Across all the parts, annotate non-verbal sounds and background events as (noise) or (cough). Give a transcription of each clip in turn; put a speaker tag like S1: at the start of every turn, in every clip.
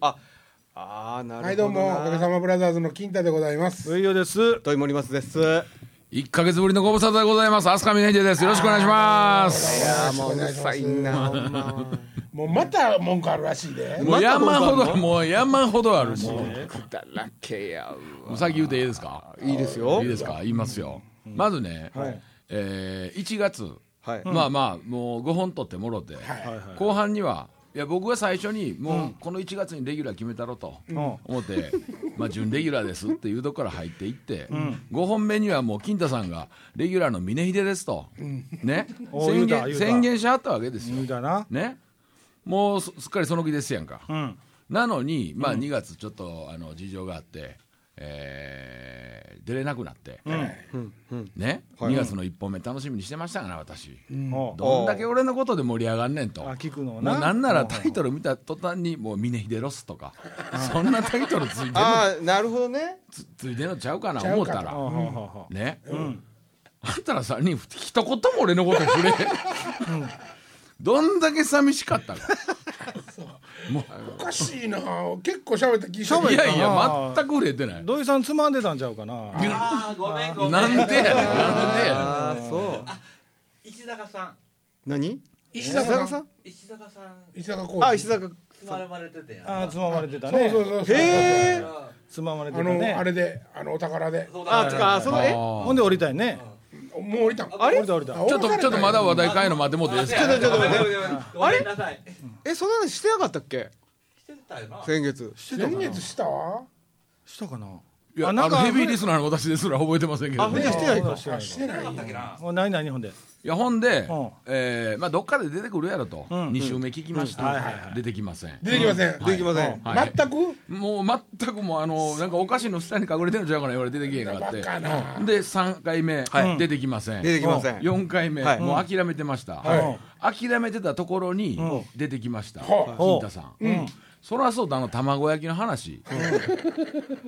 S1: ああーなるほどな
S2: はいどうもおかげさまブラザーズの金太でございます
S1: 上井です
S3: 問い森松です
S4: 一ヶ月ぶりのご無沙汰でございます。飛鳥峰秀です。よろしくお願いします。
S2: あもううるさいなもうまた文句あるらしいで
S4: もう山ほど、もう山ほどある。も
S3: だらけや
S4: う、うさぎ言うていいですか。
S3: いいですよ
S4: いいですか。言いますよ。まずね、えー1月、
S3: はい
S4: まあまあ、もう5本取ってもろて、後半には。いや僕は最初にもうこの1月にレギュラー決めたろと思って、まあ準レギュラーですっていうとこから入っていって、5本目にはもう金太さんがレギュラーの峰秀ですと、ね
S1: (laughs) お
S4: 宣
S1: 言うた言
S4: 言
S1: うた
S4: 宣言しはったわけですよ
S1: 無。だな
S4: ね、もうすすっかりその気ですやんか、
S1: ん
S4: なのに、まあ、2月ちょっとあの事情があって、えー出れなくなって、ね、2月の1本目楽しみにしてましたから私、
S1: おう
S4: (laughs) どんだけ俺のことで盛り上がんねんと
S1: あ聞くの
S4: もう
S1: な
S4: なんならタイトル見た途端に「もう峰秀ロス」とかそんなタイトルついてんの
S3: ああなるほどね
S4: つついてんのちゃうかな思ったら
S1: ほうほうほうほう
S4: ね、あんたら3人一言も俺のこと触れ、どんだけ寂しかったか
S2: おかしいな結構喋った気し
S4: い
S2: る
S4: やいや全く触れてない
S1: 土井さんつまんでたんちゃうかな
S4: なんでやねんなんでや
S3: ああそう
S5: 石坂さん
S3: 何
S2: 石坂さん
S5: 石坂さん
S2: 石坂浩
S3: あ
S2: 二
S3: 石坂
S5: つままれてたやん
S1: あーつままれてた
S2: そう
S1: ね
S2: そうそうそう
S3: ええ
S1: つままれて
S2: あ
S1: たね
S2: のあれであのお宝で
S5: そうだ
S3: あつかあそのえ
S1: ほんで降りたいね
S2: もう降りたん
S1: 降りた降りた
S4: ちょっとちょっとまだ話題変えの待てもうていいです
S5: ちょっ
S4: か
S5: とちょっと待ってごめんなさい
S3: えその話してなかったっけ
S5: してたよな
S3: 先月
S2: 先月した
S1: したかない
S4: や
S1: あ
S4: あ
S1: なん
S4: の
S1: か
S4: ヘビーリスナーの私ですら覚えてませんけど、ね、
S3: してない
S1: あしてない
S2: してないよ
S1: もう何何ほんで
S4: いやほんで、
S1: うん
S4: えーまあ、どっかで出てくるやろと、2週目聞きました、出てきません、
S2: 出てきません
S3: できません
S4: はい
S2: 全く
S4: もう全くもうあのなんかお菓子の下に隠れてるんちゃうかな言われて出てきへんかって
S2: バカな
S4: で3回目、出てきません
S3: 出てきません
S4: 4回目、
S3: はい
S4: もう諦めてました、
S1: い
S4: 諦めてたところに出てきました、
S2: は
S4: 金太さん、そりゃそうだあの卵焼きの話、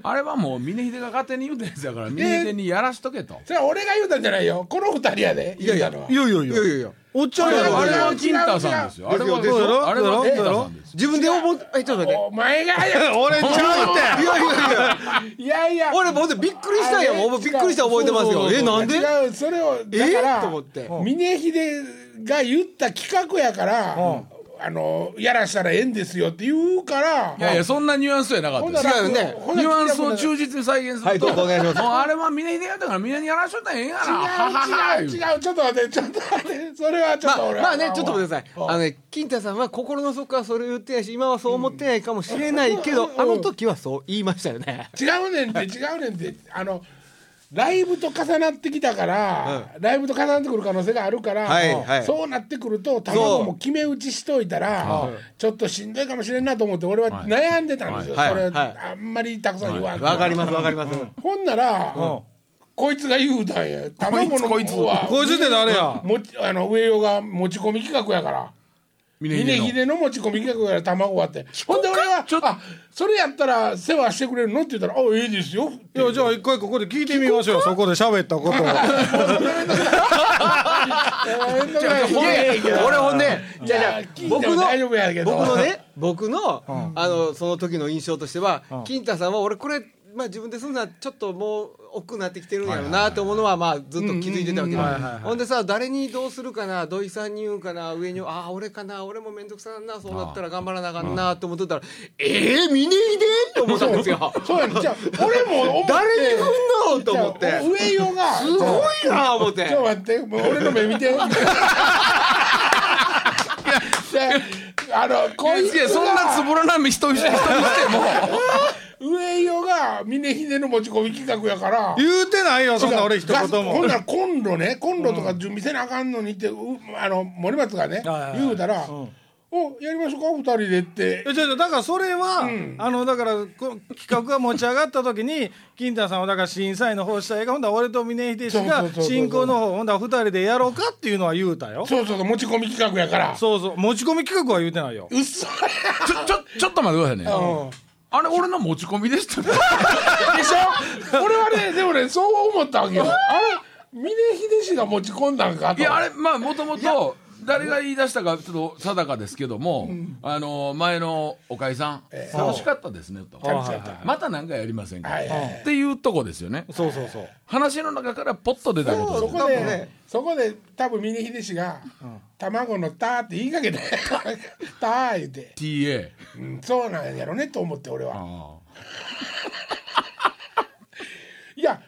S4: あれはもう峰秀が勝手に言うたやつやから峰秀にやらしとけと、
S2: それは俺が言うたんじゃないよこの二人やで言うたのはい
S1: やいやい
S3: いやいやいや
S1: おっちゃんやろ
S4: あ
S2: あ
S4: れ
S2: れ
S4: は
S2: は
S4: 金太さんですよあれは
S3: ですよでしょ
S4: あれは金太さんです
S3: 自分で思っえちょっと
S2: (laughs)
S3: 待っ
S2: お前がや
S1: 俺ちゃう
S3: ていやいやいや
S2: いやい
S3: (laughs)
S2: や
S3: 俺もうびっくりしたんやもん
S2: あれ
S3: びっくりした覚えてます
S2: そう
S3: よ
S2: そうそう
S3: えなんで
S2: 違うそれをだ
S3: え
S2: から、
S3: と思って
S2: 峰秀が言った企画やから、あのやらしたらええんですよって言うから
S4: いやいやそんなニュアンスやなかった
S2: ほんな
S4: です
S2: ら
S3: 違うよね
S2: ほんな
S4: ニ
S2: ら
S4: ュアンスを忠実に再現すると、
S3: はいどうぞお願いします
S4: もうあれは峰秀やったから峰にやらしとったらええがな
S2: 違う違う違うちょっと待ってちょっと待ってそれはちょ
S3: ま
S2: っと
S3: あ
S2: 俺は、
S3: まあねちょっと待ってください
S2: うん
S3: あのね金太さんは心の底からそれを言ってないし今はそう思ってないかもしれないけどあの時はそう言いましたよね
S2: 違うねんって違うねんってあのライブと重なってきたから、ライブと重なってくる可能性があるから、
S3: はいはい
S2: そうなってくると卵も決め打ちしといたらちょっとしんどいかもしれんなと思って俺は悩んでたんですよ、
S3: はい
S2: それ、
S3: はい
S2: あんまりたくさん言わんと
S3: わかりますわかります
S2: ほんなら、こいつが言うたんや卵の
S4: こいつ
S2: 方は
S1: こいつって誰や
S2: もちあの上与が持ち込み企画やから
S4: 峰秀
S2: 峰
S4: の
S2: 秀の持ち込み企画やから卵はってほんで俺は
S4: ちょっと
S2: あそれやったら世話してくれるのって言ったら「あいいですよ」って
S1: いやじゃあ一回ここで聞いてみましょうそこで喋ったことを
S2: (laughs) いや
S3: い
S2: い
S3: やいや俺ほんで
S2: じゃあ
S3: 僕の
S2: 大丈夫やけど
S3: 僕のね僕のあのその時の印象としては金太さんは俺これまあ自分ですんなちょっともう億劫になってきてるんやろうなと思うのはまあずっと気づいてたわけだほんでさ誰にどうするかな土井さんに言うんかな上にああ俺かな俺も面倒くさなんなそうなったら頑張らなあかんなと思ってたらええ峰秀って思ったんですよ
S2: そうやねじゃあ俺も思って
S3: 誰に振んのと
S2: じゃあ
S3: 思って
S2: 上与が
S3: すごいな思って
S2: ちょっと待ってもう俺の目見ていやあのこいつ
S4: いやそんなつ
S2: が
S4: ぶらなみ人人にしても
S2: 上与が峰秀の持ち込み企画やから
S1: 言うてないよそんな俺一
S2: ガス
S1: 言
S2: ほん
S1: も
S2: ならコンロねコンロとか準備せなあかんのにって、うあの森松がね
S1: はいはい
S2: 言うたら「おやりましょうか二人で」って
S1: えちょちょだからそれは、あのだからこ企画が持ち上がった時に金太さんはだから審査員の方したいがほんだら俺と峰秀氏
S2: そう
S1: が
S2: そうそうそう
S1: 進行の方ほんだら二人でやろうかっていうのは言うたよ
S2: そうそうそう持ち込み企画やから
S1: そうそう持ち込み企画は言うてないよ
S2: うっそや
S4: ちょちょちょっと待ってくださいね、
S2: うん
S4: あれ俺の持ち込みでした
S2: (laughs)
S4: ね
S2: でしょ俺はねでもねそう思ったわけよあれ峰秀氏が持ち込んだんかと
S4: いやあれまあもともと誰が言い出したかちょっと定かですけども、あの前のおかいさん、楽しかったですねと、
S2: 楽しかった
S4: また何かやりませんか、
S2: はいはいはい
S4: っていうとこですよね
S1: そうそうそう
S4: 話の中からポッと出たこと
S2: そ
S4: です
S2: こで、
S3: 多分ね
S2: そこで多分峰秀氏が、卵の「た」って言いかけて (laughs) 「た」言うて、
S4: TA
S2: うんそうなんやろねと思って俺は
S4: あ
S2: いや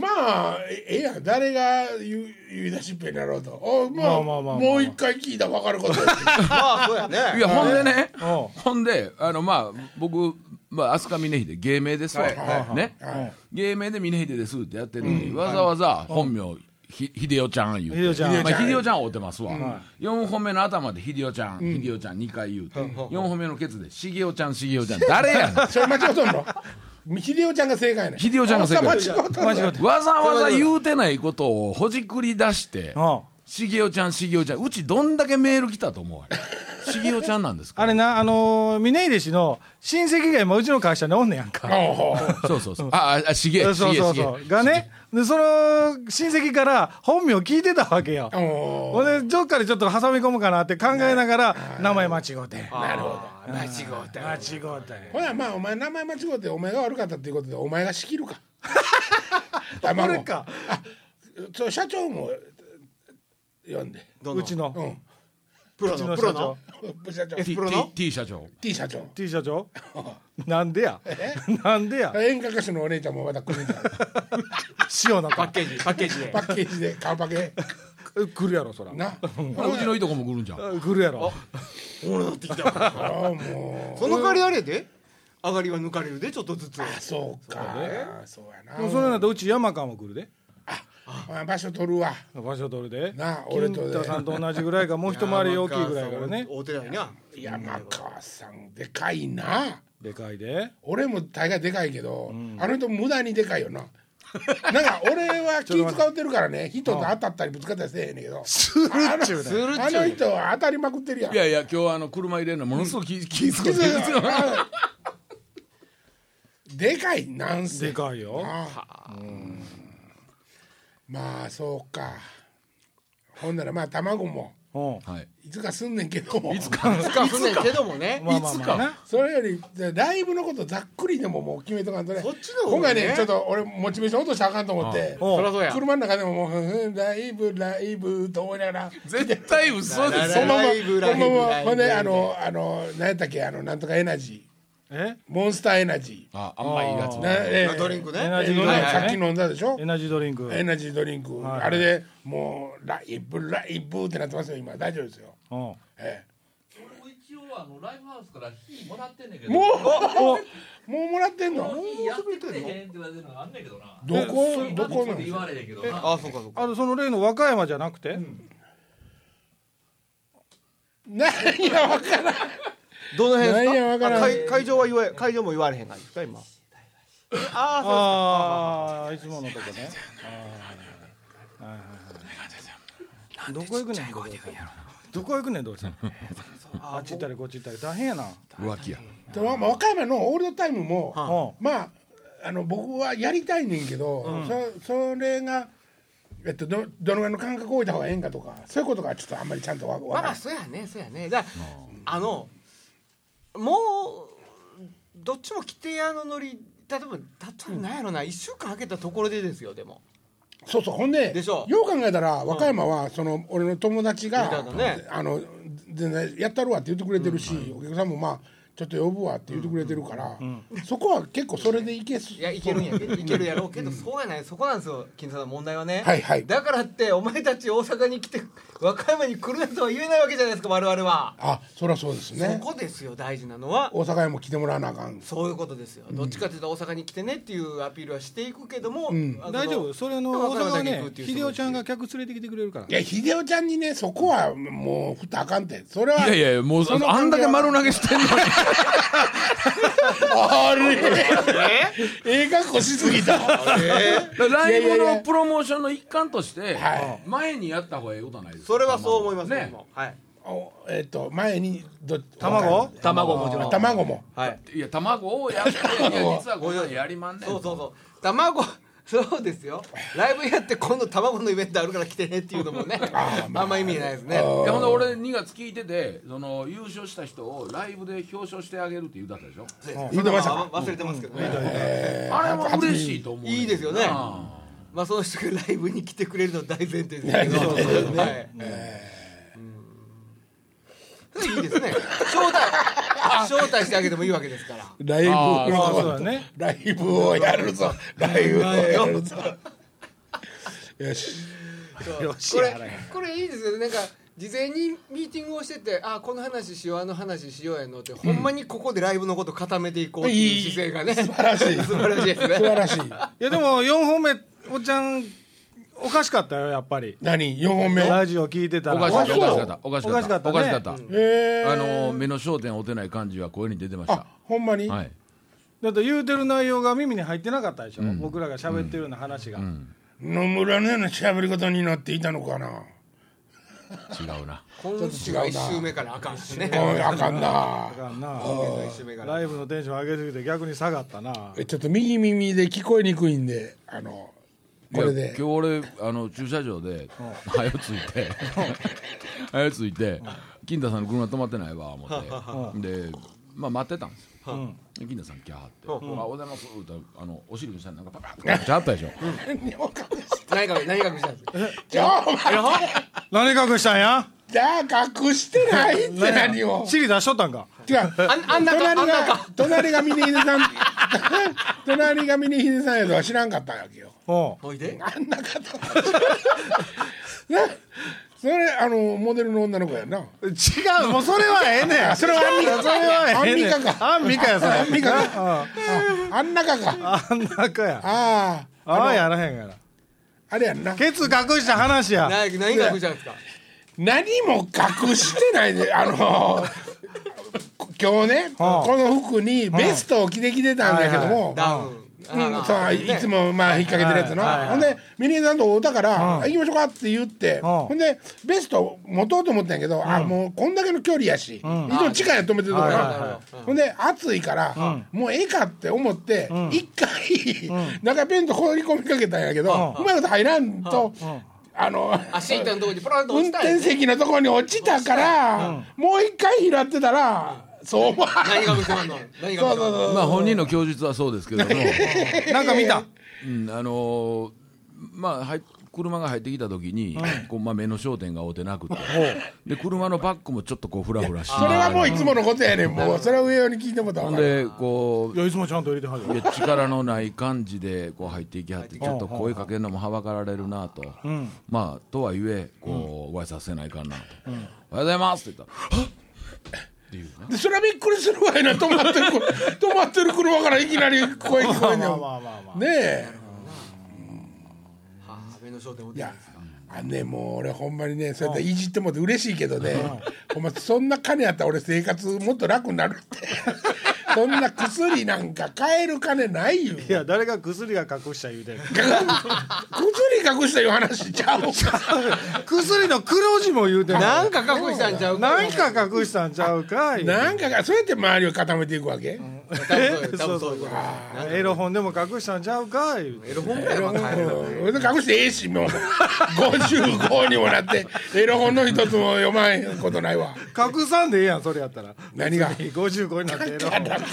S2: まあえええやん誰が言う言い出しっぺになろうとおまあ,、
S1: まあまあまあまあ
S2: もう一回聞いたら分かることやし (laughs)
S3: まあそうやね
S4: あいやほんでね
S1: うん
S4: ほんであのまあ僕、まあ、飛鳥峰秀芸名ですわ、ね、芸名で峰秀ですってやってるのに、わざわざ本名、ひ秀夫ちゃん言うて
S1: 秀夫ちゃん
S4: まあ、秀夫ちゃんは会うてますわ、四4本目の頭で秀夫ちゃん、秀夫ちゃん2回言うて、四4本目のケツで茂雄ちゃん茂雄ちゃん誰やね (laughs) ん
S2: それ間違うとんの (laughs) 秀夫ちゃんが正解ね
S4: 秀夫ちゃんが正解
S2: あんた間違うとんの
S1: 間違って
S4: わざわざ言うてないことをほじくり出して
S1: うん
S4: 「しげおちゃんしげおちゃん」うちどんだけメール来たと思うあれしげおちゃんなんですか
S1: あれなあのー峰秀氏の親戚が今うちの会社におんねやんか
S2: おう
S4: そうそうそうあああしげ
S1: そ
S4: し
S1: うそう
S4: げ
S1: そう
S4: し
S1: そう
S4: げ
S1: がねでその親戚から本名聞いてたわけよ
S2: (laughs) おう
S1: ほんでどっかでちょっと挟み込むかなって考えながら名前間違うて
S3: なるほど間違う
S1: 間違うて
S2: ほなまあお前名前間違うてお前が悪かったっていうことでお前が仕切る (laughs) か
S1: こ
S2: 卵
S1: れか
S2: そう社長も呼んで
S1: うちの
S2: うん
S3: プロ
S1: うちの
S3: の
S1: 社
S3: プロ
S1: 長
S3: の
S2: 社長
S3: T- プロ
S4: T,
S3: の
S4: T 社長
S2: T 社長
S1: T 社長なんでやなんでや
S2: (laughs) 演歌歌手のお姉ちゃんもまた来るみたいな
S1: 塩の
S3: パ
S1: か
S3: ッケージパッケージで
S2: パッケージで顔パケ
S1: 来るやろそら
S2: な
S4: うちのいとこも来るんじゃん
S1: 来るやろ
S3: 俺なってきた
S2: ああも
S3: その代わりあれやで上がりは抜かれるでちょっとずつ
S2: うそうかそうや
S1: でもそれ
S2: な
S1: なんてうち山川も来るで
S2: あ場所取るわ
S1: 場所取るで
S2: なあ俺
S1: 金
S2: と
S1: 太さんと同じぐらいかもう一回り大きいぐらいからね
S3: 大手だよな
S2: 山川さんでかいな
S1: でかいで
S2: 俺も大概でかいけど、あの人無駄にでかいよななんか俺は気使ってるからね人と当たったりぶつかったりせえへんねんけど
S1: するっちゅうね
S3: る
S2: あの人は当たりまくってるやん
S4: いやいや今日はあの車入れるのものすごく気気遣
S2: 気
S4: うて
S2: づい
S4: る
S2: たあでかいなんせ
S1: でかいよ
S2: あまあそうかほんならまあ卵も
S1: うん
S4: はい
S2: いつかすんねんけ
S3: (laughs)
S2: どもいつか
S3: かすねけどもね
S1: まあまあまあな
S2: それよりじゃあライブのことざっくりでももう決めとかんとね
S3: そっちの方
S2: 今
S3: が
S2: 回
S3: ね
S2: ねちょっと俺モチベーション落としたらあかんと思って
S1: お
S3: そりゃそうや
S2: 車の中でももううんうんライブライブと思いながら
S4: 絶対嘘で
S3: ラ
S4: す
S2: そのまま
S3: ライブライブ
S2: そのまま
S3: ライブ
S2: ほんで
S3: ラ
S2: あ
S3: イブ
S2: のあの何やったっけあのなんとかエナジ
S1: え
S2: ーモンスターエナジ
S4: ああんま言いがち
S2: ー
S4: な
S2: なえー
S3: ドリンクね
S1: エナ
S2: え
S1: ジー
S2: ー
S1: ドリンク
S2: さっき飲んだでしょ
S1: エナジードリンク
S2: エナジードリンク、あれでもうライブライブってなってますよ今大丈夫ですよ、
S1: うんお
S2: え
S5: 俺も一応あのライブハウスから火もらってんねんけ
S2: え
S5: ど
S2: も
S5: う
S2: うもうもらってんの
S5: 火やってくれてへんって言われてるのがあんねんけどな
S2: どこどこ
S5: な
S2: の
S5: んて言われへんけどな
S3: あそうかそうか
S1: あのその例の和歌山じゃなくて
S2: 何がわからん
S3: どの辺ですか
S2: 何やわからん
S3: あ会会場は言わ会場も言われへんがいいですか今えあ
S1: ああいつものとこねあーはいはいはいどこ行くねんどこ行くねんどこ行くねんどうせあっち行ったりこっち行ったり大変やな
S4: 浮気や
S2: でもまあ和歌山のオールドタイムも、
S1: うん
S2: まああの僕はやりたいねんけど、そそれが、えっと、どどのぐらいの感覚を置いた方がええんかとかそういうことがちょっとあんまりちゃんとわ
S3: そうか
S2: わ
S3: ま
S2: か
S3: あそうやねそうやねだからあのもうどっちも規定屋のノリ例えば例えばなんやろな1週間空けたところでですよでも
S2: そうそうほんで
S3: でしょ
S2: よう考えたら和歌山はその俺の友達
S3: みた
S2: が
S3: いなね
S2: あの全然やったるわって言ってくれてるし、お客さんもまあちょっと呼ぶわって言ってくれてるから、そこは結構それでいけす
S3: いやいけるんやけどいけるやろうけどそうやないそこなんですよ金さんの問題はね
S2: はいはい
S3: だからってお前たち大阪に来て和歌山に来るなとは言えないわけじゃないですか我々は
S2: あそりゃそうですね
S3: そこですよ大事なのは
S2: 大阪へも来てもらわなあかん
S3: そういうことですよどっちかというと大阪に来てねっていうアピールはしていくけども、あの
S1: 大丈夫それの
S3: 和
S1: 大
S3: 歌山
S1: 阪は
S3: だけ
S1: ね
S3: 行くっていう
S1: 秀夫ちゃんが客連れてきてくれるから
S2: いや秀夫ちゃんにねそこはもうふたあかんてそれはい
S4: やいやいやもう
S2: その
S4: あんだけ丸投げしてんのに
S2: あれええ格好しすぎた (laughs)
S4: ライブ
S2: いやいやい
S4: の
S2: や
S4: プロモーションの一環として
S2: は
S4: 前にやった方がいいことはないですか
S3: それはそう思いますね
S4: ね
S3: もうはい
S2: おえっ、と前にど
S1: 卵
S3: 卵もちろん
S2: 卵も
S3: はい
S4: いや卵をやっていや実はこういうのやりまんねん
S3: そうそうそう卵 (laughs) そうですよライブやって今度卵のイベントあるから来てねっていうのもねあんま意味ないですね
S4: いやほんで俺2月聞いててその優勝した人をライブで表彰してあげるって言うだったでしょ
S3: 言ってました忘れてますけどね
S4: あれも嬉しいと思う
S3: いいですよねまあその人がライブに来てくれるの大前提ですけどそうですねはいうんそれいいですね招待招待してあげてもいいわけですから
S2: ライブ
S4: あ
S1: ーそうだね
S2: ライブをやるぞライブをやるぞよし
S1: よ
S3: こ
S1: し
S3: れ
S1: 払え
S3: これいいですよねなんか事前にミーティングをしててあこの話しようあの話しようやのって、ほんまにここでライブのこと固めていこうっていう姿勢がね素晴
S2: らしい
S3: (laughs) 素晴らしいですね
S2: 素晴らしい
S1: いやでも4本目おっちゃんおかしかったよやっぱり
S2: 何4本目
S1: ラジオ聞いてた
S4: お
S1: ら
S4: かし
S2: あそう
S4: かったおかしかったおか
S1: おか
S4: し
S1: し
S4: か
S1: か
S4: っ
S1: ったた
S4: あ
S1: ね
S2: へー
S4: の目の焦点を当てない感じは声に出てまし
S2: あ
S4: た
S2: ほんまに、
S4: はい
S1: だって言うてる内容が耳に入ってなかったでしょ、僕らが喋ってるような話が、
S2: 野村のような喋り方になっていたのかな、
S4: 違うな
S3: 今週は1週目からあかんしね
S2: おいあかんな
S1: だからな
S3: 1週目から
S1: ライブのテンション上げすぎて逆に下がったな
S2: えちょっと右耳で聞こえにくいんであのこれ
S4: いや
S2: で
S4: 今日俺あの駐車場で早ついて早ついて金田さんの車止まってないわ思ってでまあ待ってたんですよで金田さん来はって「あおはようございます」ってあのお尻の下になんかパパッちゃったでしょ
S3: 何か何かしたんですか
S2: じゃあお前
S1: 何隠したんや
S2: じゃあ隠してないって何を
S1: 尻出しとったんか
S2: 違う
S3: ああんなか
S2: 隣
S3: あんな
S2: が
S3: か
S2: 隣が峰秀さん隣が峰秀さんやとは知らんかったわけよ
S1: お
S3: おいで
S2: あんな方なそれあのモデルの女の子やな
S1: う違うもうそれはええねん (laughs) それはアンミカそれはええ
S2: アン
S1: ねん
S2: ミカか
S1: アンミカやそれアンミカか
S2: あんなかかあ
S1: あんなかや
S2: あ
S1: ああやらへんから
S2: あれやんな
S1: ケツ隠した話や
S3: 何何かしたんですか
S2: 何も隠してないであのこ今日ね、
S1: はあ
S2: この服にベストを着てきてたんだけども、
S3: ダウン
S2: うん、そういつ
S3: も
S2: もまあ引っ掛けてるやつな、
S1: はいはいはい
S2: ほんでミニさんと会うたから「行きましょうか」って言って、ほんでベスト持とうと思ったんやけど、あもうこんだけの距離やし、いつも地下や止めてるとこな、
S1: はいはいは
S2: ほんで暑いから、もうええかって思って一、回、中ペンと放り込みかけたんやけど、うまいこと入らんと、あの。
S3: あシートのとこにポロンと
S2: 運
S3: 落ちたんや
S2: 転席のところに落ちたから、もう一回拾ってたら、そう思わ
S3: 何がしたんの何
S2: そ
S3: が
S2: うそうそう
S4: まあ本人の供述 (laughs) はそうですけども、
S1: なんか見た
S4: うん、あのーまあはい車が入ってきた時に、こうまあ、目の焦点が合うてなくてで車のバックもちょっとこうフラフラして
S2: それはもういつものことやねんもうそれは上用に聞いてもらった
S4: ほ
S2: わ
S4: ん
S2: かる
S4: でこう
S1: いやいつもちゃんと入れてはるよ
S4: いや力のない感じでこう入っていきはってちょっと声かけるのもはばかられるなと、まあとはいえこうご挨拶せないかんなと、おはようございます」って言ったら「はっ!」っていうな
S2: でそれはびっくりするわいな止まってる止まってる車からいきなり声聞こえんね
S1: まあ
S2: ん
S1: まあまあまあ
S2: ねえ
S3: 目の焦点落
S2: い
S3: ちた
S2: やあんねもう俺ほんまにねそうやっていじってもって嬉しいけどねほんまそんな金あったら俺生活もっと楽になるってそんな薬なんか買える金ないよ
S1: いや誰が薬が隠した言うてん
S2: 薬隠したいう話ちゃうか
S1: (laughs) 薬の黒字も言うてん
S3: なんか確保したんちゃう
S1: なんか隠したんちゃうかい
S2: なんかがそうやって周りを固めていくわけ
S3: 多分そうよ多分そういうことです
S1: エロ本でも隠したんちゃうかい
S3: エロ本ぐらいは買える
S2: うん隠してええしもう55にもなってエロ本の一つも読まへんことないわ
S1: 隠さんでええやんそれやったら
S2: 何が
S1: 55になってエロ本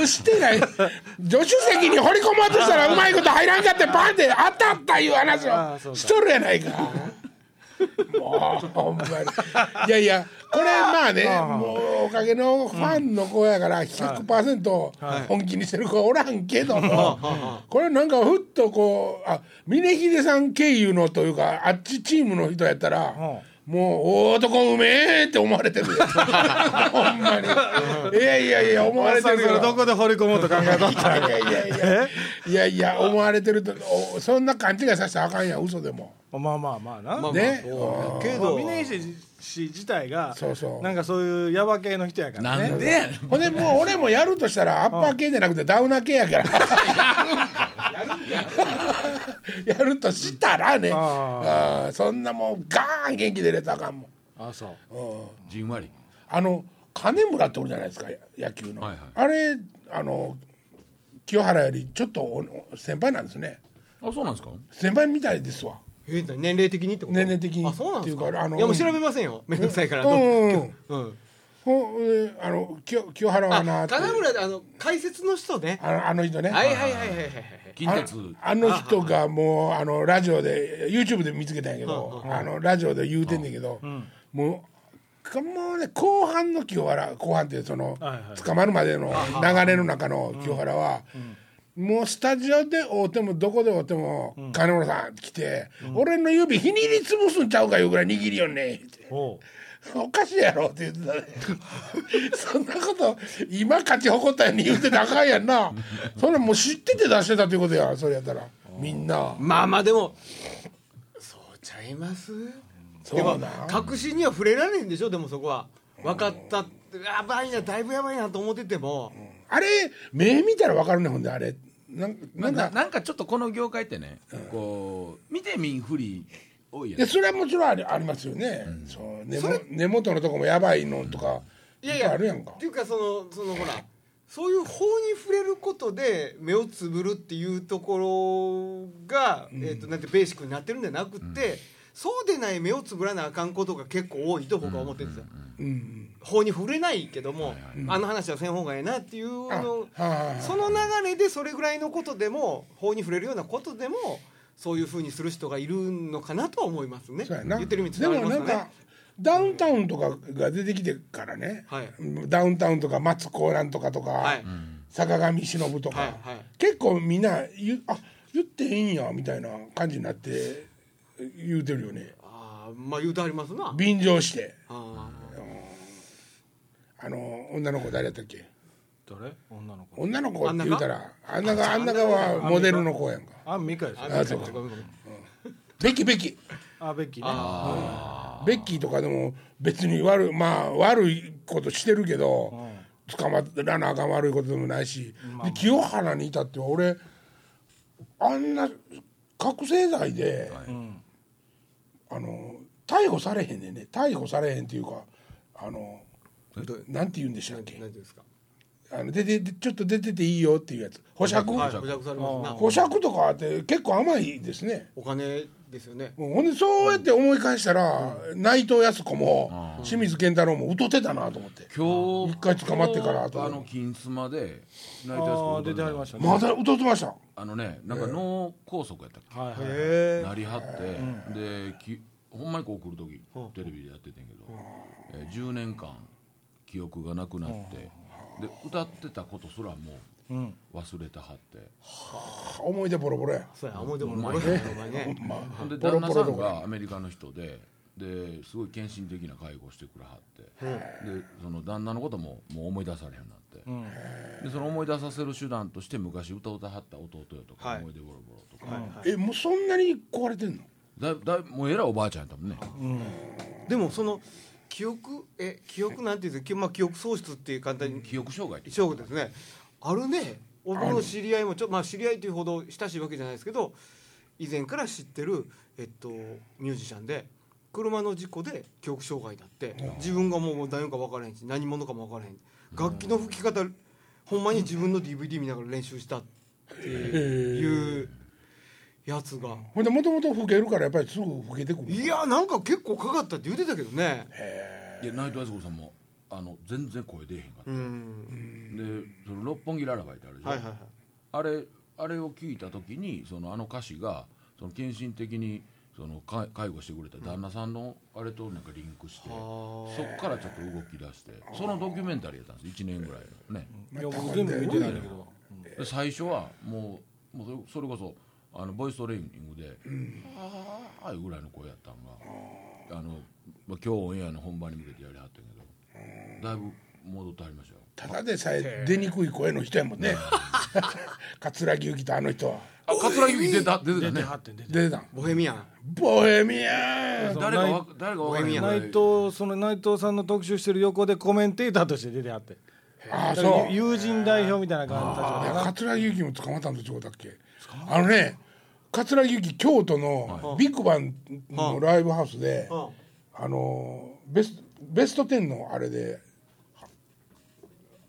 S2: 隠してない助手席に掘り込もうとしたらうまいこと入らんかってパンって当たったいう話
S1: ああそう
S2: を
S1: か
S2: しとるやないかもうほんまにいやいやこれまあねもうおかげのファンの子やから100%本気にしてる子はおらんけどもこれなんかふっとこうあ峰秀さん経由のというかあっちチームの人やったら
S1: ん
S2: もう大男うめえって思われてる (laughs) でほんまにいやいやいや思われて
S1: さ
S2: る
S1: ん
S2: か
S1: から
S2: (laughs)
S1: らどこで掘り込もうと考え (laughs) とっ
S2: い
S1: たん
S2: やいやいやいやいや思われてるとおそんな勘違いさせたらあかんやん嘘でも
S1: やまあまあまあな、まあ、
S2: ね
S3: けど
S1: 峰石氏自体が
S2: そうそう
S1: なんかそういうヤバ系の人やからね
S4: なんでやねん
S2: ほんでもう俺もやるとしたらアッパー系じゃなくてダウナー系やからやるとしたらね
S1: あ
S2: あーそんなもうガーン元気出れたらあかんもん
S1: あそう
S4: じんわり
S2: あの金村っておるじゃないですか野球の、
S4: はいはい
S2: あれあの清原よりちょっとお先輩なんですね
S4: あそうなんですか
S2: 先輩みたいですわ
S3: えー年齢的にってこと
S2: 年齢的に
S3: あそうなんです
S2: っていう
S3: か
S2: かあの
S3: いやもう調べませんよめんどくさいから
S2: う
S3: と
S2: んうん
S3: うん
S2: ほえーあの清清原はな
S3: あ
S2: って
S3: 金村あの解説の人ね
S2: あのあの人ね、
S3: はいはいはいはいはいはい
S4: 近鉄
S2: あの人がもうあのラジオで YouTube で見つけたんやけど、あのラジオで言うてんねんけど、もうかもうね後半の清原後半ってその、
S1: はいはい
S2: 捕まるまでの流れの中の清原は、もうスタジオで会うてもどこで会うても、金村さん来て、俺の指ひにりつぶすんちゃうかいうぐらい握りよんねんって。
S1: おう
S2: おかしいやろって言ってたね (laughs) そんなこと今勝ち誇ったように言うてたらあかんやんなそんなもう知ってて出してたっていうことやそれやったらみんな
S3: まあまあでもそうちゃいます
S2: そうなん
S3: 確信には触れられへんでしょでもそこは分かったってやばいなだいぶやばいなと思ってても
S2: あれ目見たらわかるねほんであれなんな
S4: な
S2: んん
S4: か
S2: か、
S4: なんかちょっとこの業界ってね、こう見て見んふり多いや
S2: いや
S4: ん
S2: それはもちろんありありますよね、そう根も根元のとこもやばいのとか
S3: いやい
S2: っぱ
S3: や
S2: あるやんか
S3: っていうかそのそのほらそういう法に触れることで目をつぶるっていうところが、えー、となんてベーシックになってるんじゃなくて、そうでない目をつぶらなあかんことが結構多いと僕は思ってるんですよ。
S2: うん
S3: 法に触れないけども、あの話はせん方がええなっていうの
S2: あはいはいはい
S3: その流れでそれぐらいのことでも法に触れるようなことでもそういうふうにする人がいるのかなとは思いますね
S2: そうやな
S3: 言ってる意味
S2: で
S3: 伝わり
S2: も
S3: ま
S2: な
S3: す
S2: ん
S3: か
S2: か
S3: ね
S2: ダウンタウンとかが出てきてからね、
S3: はい
S2: ダウンタウンとか松高なんとかとか、
S3: はい
S2: 坂上忍とか、
S3: はいはい
S2: 結構みんな言うあ言っていいんやみたいな感じになって言うてるよね
S3: あーまあ言うてありますな
S2: 便乗して
S3: あ
S2: あの女の子誰やったっけ
S1: 誰女の子
S2: 女の子って言うたらあんながあんながはモデルの子やんか
S1: あミカです
S2: あそうかべきべき
S1: あベッキーね
S2: ベッキーとかでも別に悪いまあ悪いことしてるけど、捕まらなあかん悪いことでもないし、で清原にいたっては俺あんな覚醒剤で、あの逮捕されへんねんね逮捕されへんっていうかあのなんて言うんでしたっけ
S3: 何ですか
S2: あの出てでちょっと出てていいよっていうやつ保釈、
S3: はい保釈されますな
S2: 保釈とかって結構甘いですね。
S3: お金ですよね
S2: ほんでそうやって思い返したら、内藤康子も清水健太郎も歌ってたなと思って、
S4: 今日
S2: 一回捕まってから後で
S4: あの金スマで成田康
S1: あ
S4: 子
S1: ー出てはりましたね
S2: まだ歌ってました
S4: あのねなんか脳梗塞やったっけ、
S1: はいはい
S3: へ
S4: なりはって、できほんまにこう来る時テレビでやっててんけど、えー10年間記憶がなくなって、で歌ってたことすらも
S1: うん
S4: う忘れたはって、
S2: 思い出ボロボロや
S3: そうや思い出もないねお前ね
S2: ま
S4: ほんで
S2: ポロ
S4: 旦那
S2: ポ
S4: さ
S2: ロと
S4: ん
S2: か
S4: がアメリカの人でですごい献身的な介護をしてくれはって、でその旦那のことももう思い出されへんようになって、でその思い出させる手段として昔歌を歌はった弟よとか、
S3: はい
S4: 思い出ボロボロとか、
S2: えもうそんなに壊れてんの
S4: だいだいもうえらいおばあちゃんやったもんね、
S3: でもその記憶え記憶なんていうんですかきまあ記憶喪失っていう簡単に
S4: 記憶障害って
S3: 一応ですねあるね僕の知り合いもちょまあ知り合いというほど親しいわけじゃないですけど以前から知ってる、えっと、ミュージシャンで車の事故で記憶障害だって自分がもう何か分からへんし何者かも分からへん楽器の吹き方ほんまに自分の DVD 見ながら練習したっていうやつが
S2: ほんでもともと老けるからやっぱりすぐ老けてくる
S3: いやなんか結構かかったって言ってたけどね
S4: いや内藤敦子さんもあの全然声出えへんかった、
S3: うん
S4: でその六本木ララバイってあるでしょ、
S3: はいはいはい
S4: あれあれを聞いた時にそのあの歌詞がその献身的にその介介護してくれた旦那さんのあれとなんかリンクして、
S3: ー
S4: そっからちょっと動き出してそのドキュメンタリーやったんです1年ぐらいのね、
S1: いや僕全部見てないんだけど
S4: で最初はもうもうそれそれこそあのボイストレーニングで「ああ」ああいうぐらいの声やったんがあの、まあ、今日オンエアの本番に向けてやりはったんやけどだいぶ戻ってはりましたよ
S2: ただでさえ出にくい声の人やもんね (laughs) 桂木由紀とあの人は
S4: あ桂木出た出てた
S1: 出て
S4: ね
S1: はって出て
S2: 出てたん
S3: ボヘミアン
S2: ボヘミアン
S4: 誰がわ誰がわからへんぐら
S1: 内
S4: い
S1: 藤その内藤さんの特集してる横でコメンテーターとして出てはって
S2: ああ
S1: だ
S2: そう
S1: から友人代表みたいな感じ
S2: い
S1: だ
S2: や桂木由紀も捕まったんと違うだっけあのね桂木由紀京都のビッグバンのライブハウスで、
S3: は
S2: あのベスベスト10のあれで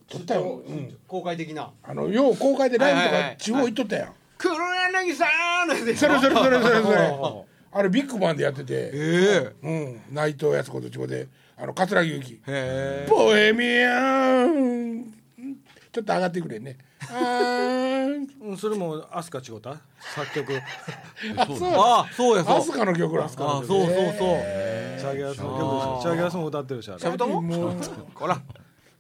S2: 撮ったよ、うん、
S3: 公開的な
S2: あのよう公開でライブと
S3: はいはいは
S2: か
S3: い
S2: 地方行っとったやん、
S3: 「黒柳さん!」のやつでし
S2: そ
S3: ょ (laughs)
S2: れそれそれそれそれあれビッグバンでやってて、
S3: え
S2: うん、内藤康子と地方であの桂木由紀
S3: えへえ
S2: ボヘミアンちょっと上がってくれねあー
S1: うんそれも飛鳥千代田作曲
S2: あそう
S3: ああそうやそう
S2: アスカの曲なんです
S3: あ
S2: か
S3: あそうそうそう
S1: チャゲアスの曲でしょチャゲアスも歌ってるしあれ
S3: しゃぶともこら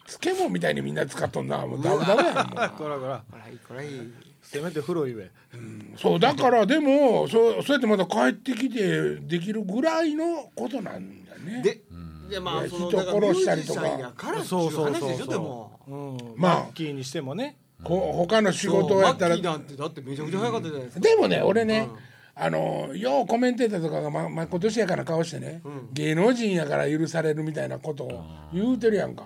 S2: 漬物みたいにみんな使っとんなもうダメダメやんもう
S1: こらこら
S3: こらいいこらいい
S1: せめて風呂ゆえ
S2: そうだからでもそうそうやってまた帰ってきてできるぐらいのことなんだね
S3: ででまあその
S2: 人
S3: だからミュ
S2: 殺した
S3: ー
S2: り
S3: ジシ
S2: とか
S3: ャンやからっていう話でしょでも
S1: う、うん、
S2: まあ
S1: マッキーにしてもね
S2: こ他の仕事を
S3: マ
S2: や
S3: ッ
S2: っ
S3: キ
S2: たら
S3: ー
S2: で
S3: なんてだってめちゃくちゃ早かったじゃないですか
S2: もね俺ね、あのようコメンテーターとかが、まま、今年やから顔してね、芸能人やから許されるみたいなことを言うてるやんか、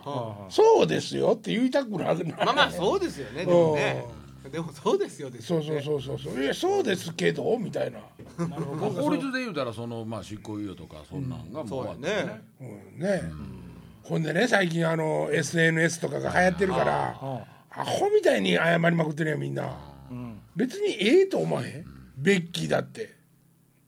S2: そうですよって言いたくなる
S3: まあまあそうですよねでもねでもそうですよでしょ
S2: そうそうそうそうそういやそうですけどみたいな、
S4: まあ法律で言うたらその、まあ、執行猶予とかそんなんがもう
S3: そう
S4: 終わ
S3: や
S4: ってね
S3: ね
S2: うん、ね、ほんでね最近あの SNS とかが流行ってるからアホみたいに謝りまくってるやんみんな、別にええと思わへんベッキーだって、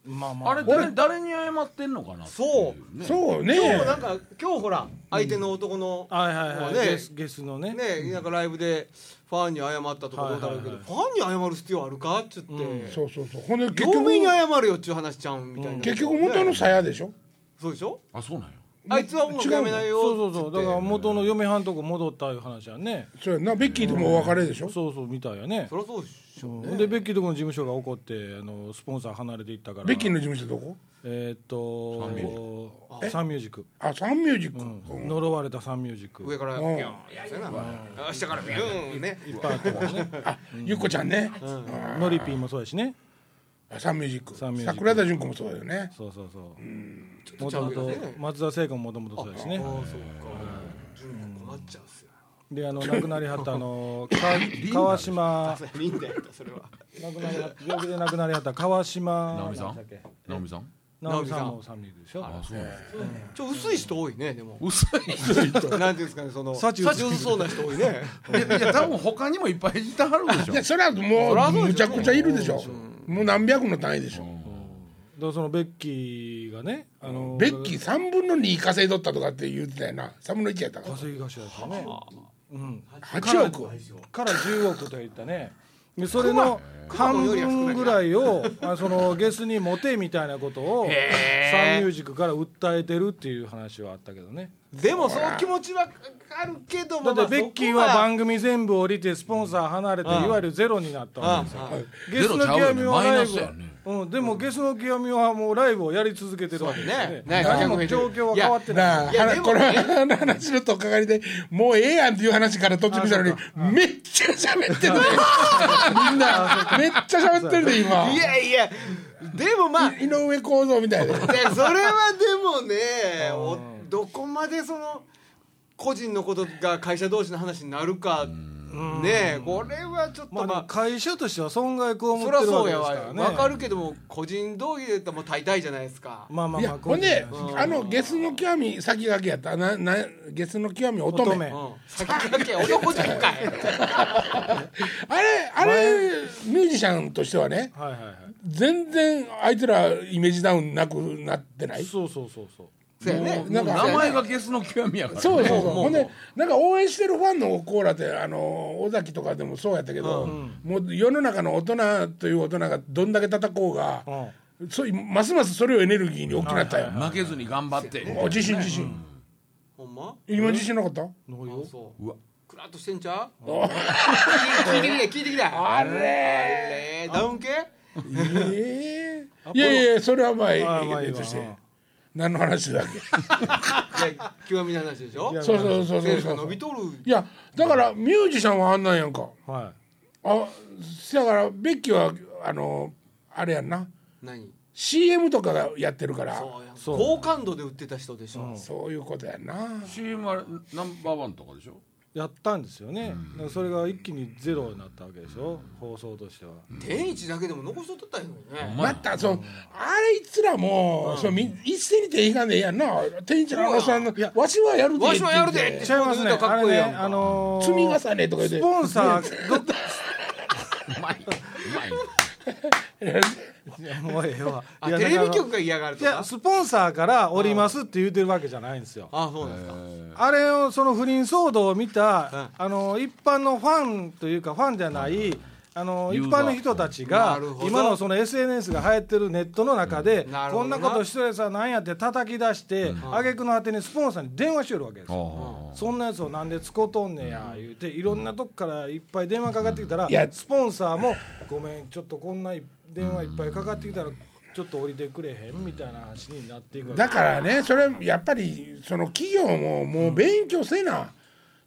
S1: まあまあ
S4: あれ誰誰に謝ってんのかなってい
S3: そう
S4: ね
S2: そうね
S3: 今日なんか今日ほら相手の男の
S1: はいはいはい、
S3: ね
S1: ゲスゲスのね
S3: ねなんかライブでファンに謝ったとかどうだろうけどファンに謝る必要あるかっつって
S2: そうそうそうほんで結
S3: 両
S2: 局
S3: 面に謝るよっちゅう話ちゃうんみたいな
S2: 結局元の
S3: ね
S2: さやでしょ
S3: そうでしょ
S4: あそうなんや
S3: あいつは音楽やめないよ
S1: そうそうそうだから
S3: ら
S1: 元の嫁はんとこ戻ったいう話やね
S2: そうやんなベッキーともお別れでしょ
S1: そうそうみたいやね
S3: そりゃそうでしょ
S1: うんでベッキーとこの事務所が怒ってあのスポンサー離れていったから
S2: ベッキーの事務所どこ
S1: えーっとサンミュージック
S2: あサンミュージック、うん
S1: 呪われたサンミュージック
S3: 上からビューンやつやな下からビューンね
S1: いっぱいあったからね
S2: あゆっこちゃんね、あ
S1: ノリピーもそうやしね
S2: あサンミュージック
S1: サンミュージック
S2: 桜田淳子もそうだよね
S1: そうそうそう
S3: ょ
S1: も
S3: っとちゃ
S1: と
S3: う
S1: も
S3: けど
S1: と
S3: ね
S1: 松田聖子ももともとそうやしね
S3: ああそうか順子困っちゃうんすよ
S1: であの亡くなりはったあのか川島
S3: リンダやったそれは
S1: 亡くなりはった病気で亡くなりはった川島
S4: 直美さん
S1: なんだっけ
S4: 直美さん
S1: 直美さんもサンミュージックでしょ
S4: あそうなんや
S3: ちょ薄い人多いねでも
S4: 薄い
S3: なんていうんですかねその
S1: 幸薄い
S3: 薄そうな人多いね
S4: いや多分他にもいっぱいいてはるでしょ
S2: いやそれはも
S3: そりゃそううでしょ
S2: むちゃくちゃいるでしょ、もう何百の単位でしょ、
S1: だからそのベッキーがねあの
S2: ベッキー3分の2稼いどったとかって言ってたよな3分の1やったから
S1: 稼ぎ頭でしょうねうん
S2: 8億
S1: から10億といったねでそれの半分ぐらいをあそのゲスにモテみたいなことをサンミュージックから訴えてるっていう話はあったけどね
S3: でもその気持ちはあるけども
S1: だってベッキーは番組全部降りてスポンサー離れていわゆるゼロになったわけですよゲスの極みはライブ
S4: ゼロちゃうよねマイナスやね
S1: うん、でもゲスの極みはもうライブをやり続けてるわけですよね
S3: ねね
S1: 何も状況は変わってない
S2: なあ、
S3: いや
S2: は
S3: でも
S2: この話のとっかかりでもうええやんっていう話から途中見たのにめっちゃ喋ってるねみんなめっちゃ喋ってるで今
S3: いやいやでもまあ
S2: 井上公造みたいで
S3: でそれはでもねおどこまでその個人のことが会社同士の話になるかねえこれはちょっと
S1: ま
S3: ま
S1: あ
S3: あ、
S1: でも会社としては損害被ってる
S3: そ
S1: わ
S3: りゃ
S1: けです
S3: そうや
S1: か
S3: わ、
S1: らね
S3: わかるけども個人同義で言ったらもう大体じゃないですか、
S1: まあまあ
S2: い
S1: ま
S2: や
S1: あ
S2: ほんで
S1: 今
S2: あのゲスの極み先駆けやったななゲスの極み乙
S1: 回
S2: 女
S1: 乙女
S3: うん、先駆け男じゃんかい
S2: あれあれミュージシャンとしてはね
S1: はいはいは
S2: 全然あいつらイメージダウンなくなってない
S1: い
S2: そ
S1: そうそうそうそう
S3: そうやね
S2: なんか
S4: 名前がゲスの極みやから
S2: うそうそうほんでなんか応援してるファンのコーラってあの尾崎とかでもそうやったけど、もう世の中の大人という大人がどんだけ叩こうが、そうますますそれをエネルギーに大きくなったよ、
S4: 負けずに頑張って
S2: もう自信自信、
S3: ほんま
S2: 今自信なかった
S1: どう
S3: あ
S1: よ
S3: そう
S4: うわ
S3: クラッとしてんちゃう聞いてきて聞いてきてあれあれダウン系
S2: ええいやいやいやそれはまあえ
S1: あまあいい
S2: え
S1: わ
S2: として何の話だっ
S3: い
S2: け
S3: や極みの話でしょ
S1: い
S2: (laughs)
S1: や
S2: そうそうそう
S3: セ
S2: そ
S3: ー
S2: う
S3: ルス
S2: そ
S3: が伸
S2: う
S3: びとる
S2: (laughs) いやだからミュージシャンはあんなんやんか
S1: は
S2: あだからベッキーはあのあれやんな
S3: 何
S2: CM とかがやってるから
S3: そうやん
S1: そう
S3: 好感度で売ってた人でしょ、
S2: そういうことやんな
S4: チームはナンバーワンとかでしょ
S1: やったんですよね、だからそれが一気にゼロになったわけでしょ、放送としては、
S3: 天一だけでも残しとったんやのにね
S2: またそのあれいつらも、うそうみ一斉に手いかんでええやんな店員ちゃんあのさんの
S1: や
S2: わしはやるで
S3: わしはやるで
S2: って言って
S1: ちゃいますね
S3: そういうのかっこいいやんか
S1: あれねあのー
S2: 積み重ねとか言って
S1: スポンサーどっ
S4: うまい。うまい。
S1: いや (laughs) もうええわ
S3: あ
S1: いや
S3: テレビ局
S1: だか
S3: が嫌がる
S1: らい
S3: と
S1: や
S3: か
S1: スポンサーから降りますって言うてるわけじゃないんですよ
S3: あそうなんですか
S1: あれをその不倫騒動を見た、あの一般のファンというかファンじゃない、あの
S4: ユ
S1: 一
S4: ーザー
S1: 般の人たち
S3: な
S1: が
S3: るほど
S1: 今のその SNS が流行ってるネットの中で、
S3: んなるほ
S1: こ
S3: ど
S1: ん
S3: な
S1: なことしてるやつはなんやって叩き出して、挙句の果てにスポンサーに電話しよるわけですよ。
S4: あ
S1: そんなやつをなんで使うとんねや言うていろんなとこからいっぱい電話かかってきたら
S2: いや
S1: スポンサーも「ごめんちょっとこんない電話いっぱいかかってきたらちょっと降りてくれへん」みたいな話になっていくわけ
S2: だからねそれやっぱりその企業ももう勉強せな、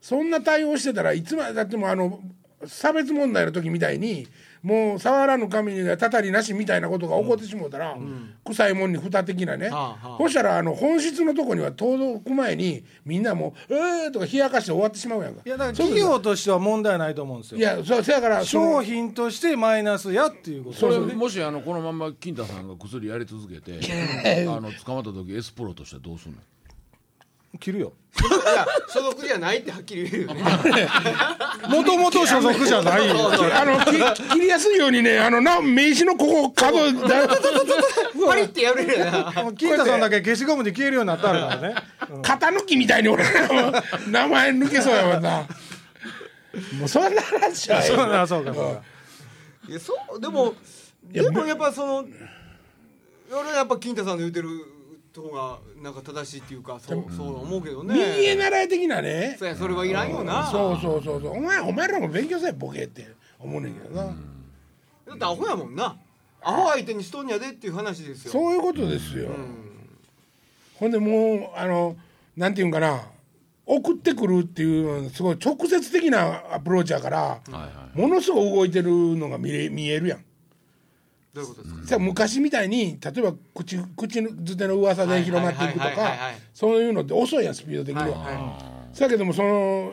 S2: そんな対応してたらいつまでだってもうあの差別問題の時みたいにもう触らぬ神にはたたりなしみたいなことが起こってしもうたら、臭いもんに蓋的なね、
S3: ああ
S2: そしたらあの本質のとこには届く前にみんなもう「えー」とか冷やかして終わってしまうやんか。
S1: いやだから
S2: そう
S1: 企業としては問題ないと思うんです
S2: い
S1: よ。
S2: やそうせやからその
S1: 商品としてマイナスやっていうこと
S4: それもしあのこのまんま金太さんが薬やり続けて、あの捕まった時エスプロとしてはどうすんの？
S1: 切るよ。
S3: いや所属じゃないってはっきり言うよね (laughs)
S1: もともと所属じゃないよ。
S3: そうそう
S2: あのき切りやすいようにねあのな名刺のここ角だ
S3: パリってやるやな
S1: もう (laughs) 金太さんだけ消しゴムで消えるようになったからね。
S2: 肩抜きみたいに俺らも名前抜けそうやもんなもうそんな話はええ
S1: そうなそうかそうか。
S3: いやそうでもでもやっぱその俺はやっぱ金太さんの言うてる方がなんか正しいっていうかそうそう思うけどね
S2: 右へ習い的なね
S3: そうやそれはいらんよな
S2: そうそうそうそうお前お前らも勉強せえボケって思うねんけどな
S3: だってアホやもんなアホ相手にしとんやでっていう話ですよ
S2: そういうことですよほんでもうあのなんていうんかな送ってくるっていうのすごい直接的なアプローチやから
S4: はいは
S2: ものすごい動いてるのが見れ見えるやん
S3: どういうことですか
S2: さ昔みたいに例えば口口づての噂で広まっていくと
S3: はいはいはい
S2: か
S3: はいはい
S2: そういうのって遅いやんスピード的には、
S3: はいは
S2: だけどもその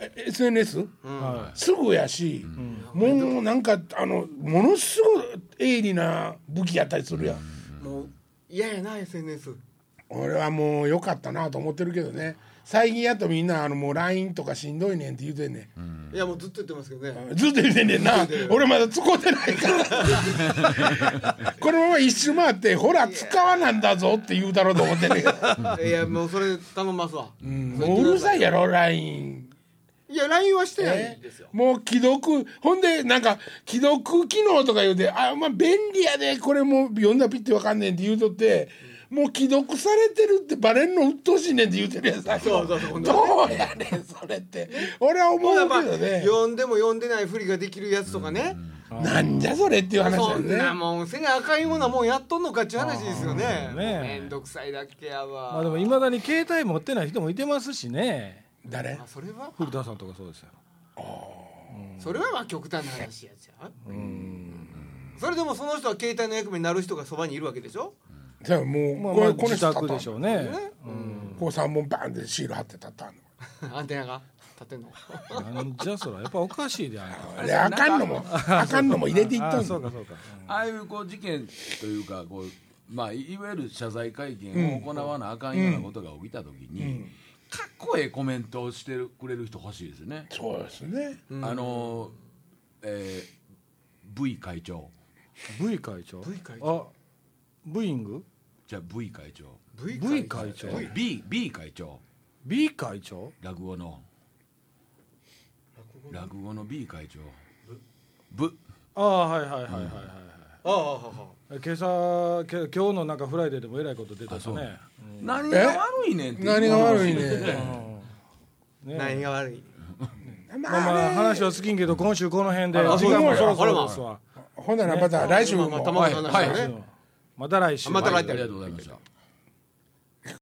S2: え SNS、
S1: は
S2: すぐやし、もうなんかあのものすごい鋭利な武器やったりするやん、
S3: いもう嫌やな SNS
S2: 俺はもう良かったなと思ってるけどね最近やっとみんなあのもう LINE とかしんどいねんって言うてんねん、
S3: いやもうずっと言ってますけどね
S2: ずっと言うてんねんな俺まだ使うてないか
S3: (laughs)
S2: らこのまま一周回ってほら使わなんだぞって言うだろうと思ってんねんけど
S3: いやもうそれ頼みますわ
S2: もううるさいやろ LINE
S3: いや LINE はしてないんですよ
S2: もう既読ほんでなんか既読機能とか言うてあまあ便利やでこれもう読んだらピッてわかんねんって言うとってもう既読されてるってバレんの鬱陶しいねんって言うてるやつだ
S3: そうそうそう
S2: どうやねんそれって俺は思
S3: もうや
S2: う
S3: っぱ
S2: けどね
S3: 呼んでも呼んでないふりができるやつとかね
S2: なんじゃそれっていう話だ
S3: そ
S2: よ
S3: んな
S2: ね
S3: もんせなあかんようなもんやっとんのかっちゅう話ですよね
S1: あーね
S3: めんどくさいだけやわ
S1: まあでもいまだに携帯持ってない人もいてますしね。
S2: 誰
S3: あそれは
S1: 古田さんとかそうですよ。
S3: それはまあ極端な話やじゃんそれでもその人は携帯の役目になる人がそばにいるわけでしょ (laughs)
S2: じゃあもう、
S1: まあ
S2: こ
S1: まあ
S2: れこの
S1: 自
S2: 人
S1: 宅でし
S2: 立っ
S1: ょうね。
S2: たこう3本バンってシール貼って立ったの
S3: アンテナが立ってんの
S1: なんじゃそらやっぱおかしいであん
S2: あれあかんのもあかんのも入れていっ
S1: あ
S2: た
S1: あ
S2: ん
S1: そ
S2: だ
S1: うかそうか。
S4: い。ああいうこう事件というかこうまあいいわゆる謝罪会見を行わなあかんようなことが起きた時に、かっこええコメントをしてくれる人欲しいですよね。
S2: そうですね
S4: あの、えー、V 会長
S1: V 会長。
S3: V 会
S1: 長。あ、ブーイング
S4: じゃあ V 会長
S3: V
S1: ？V 会長
S4: B, B 会長
S1: ？B 会長？
S4: 落語の落語の B 会長ぶ
S1: ああはいはいはいはいはい。
S3: ああああああ
S1: 今朝け今日のなんかフライデーでもえらいこと出て
S4: あ
S1: た
S4: そう
S1: ね。
S4: 何が悪いねんって
S2: 何が悪いね
S1: ね
S3: 何が悪い
S2: ま
S1: まあまあ話は好きんけど今週この辺で
S3: あ
S1: 時間もそろそ
S3: あらま
S1: ろですわ。
S2: ほんならまた来週
S3: まあ
S2: も
S3: まあまあたまに話だ
S4: は
S3: ね
S1: また来週。
S3: また
S4: はいあ
S3: 来
S4: り
S3: て
S4: がとうございました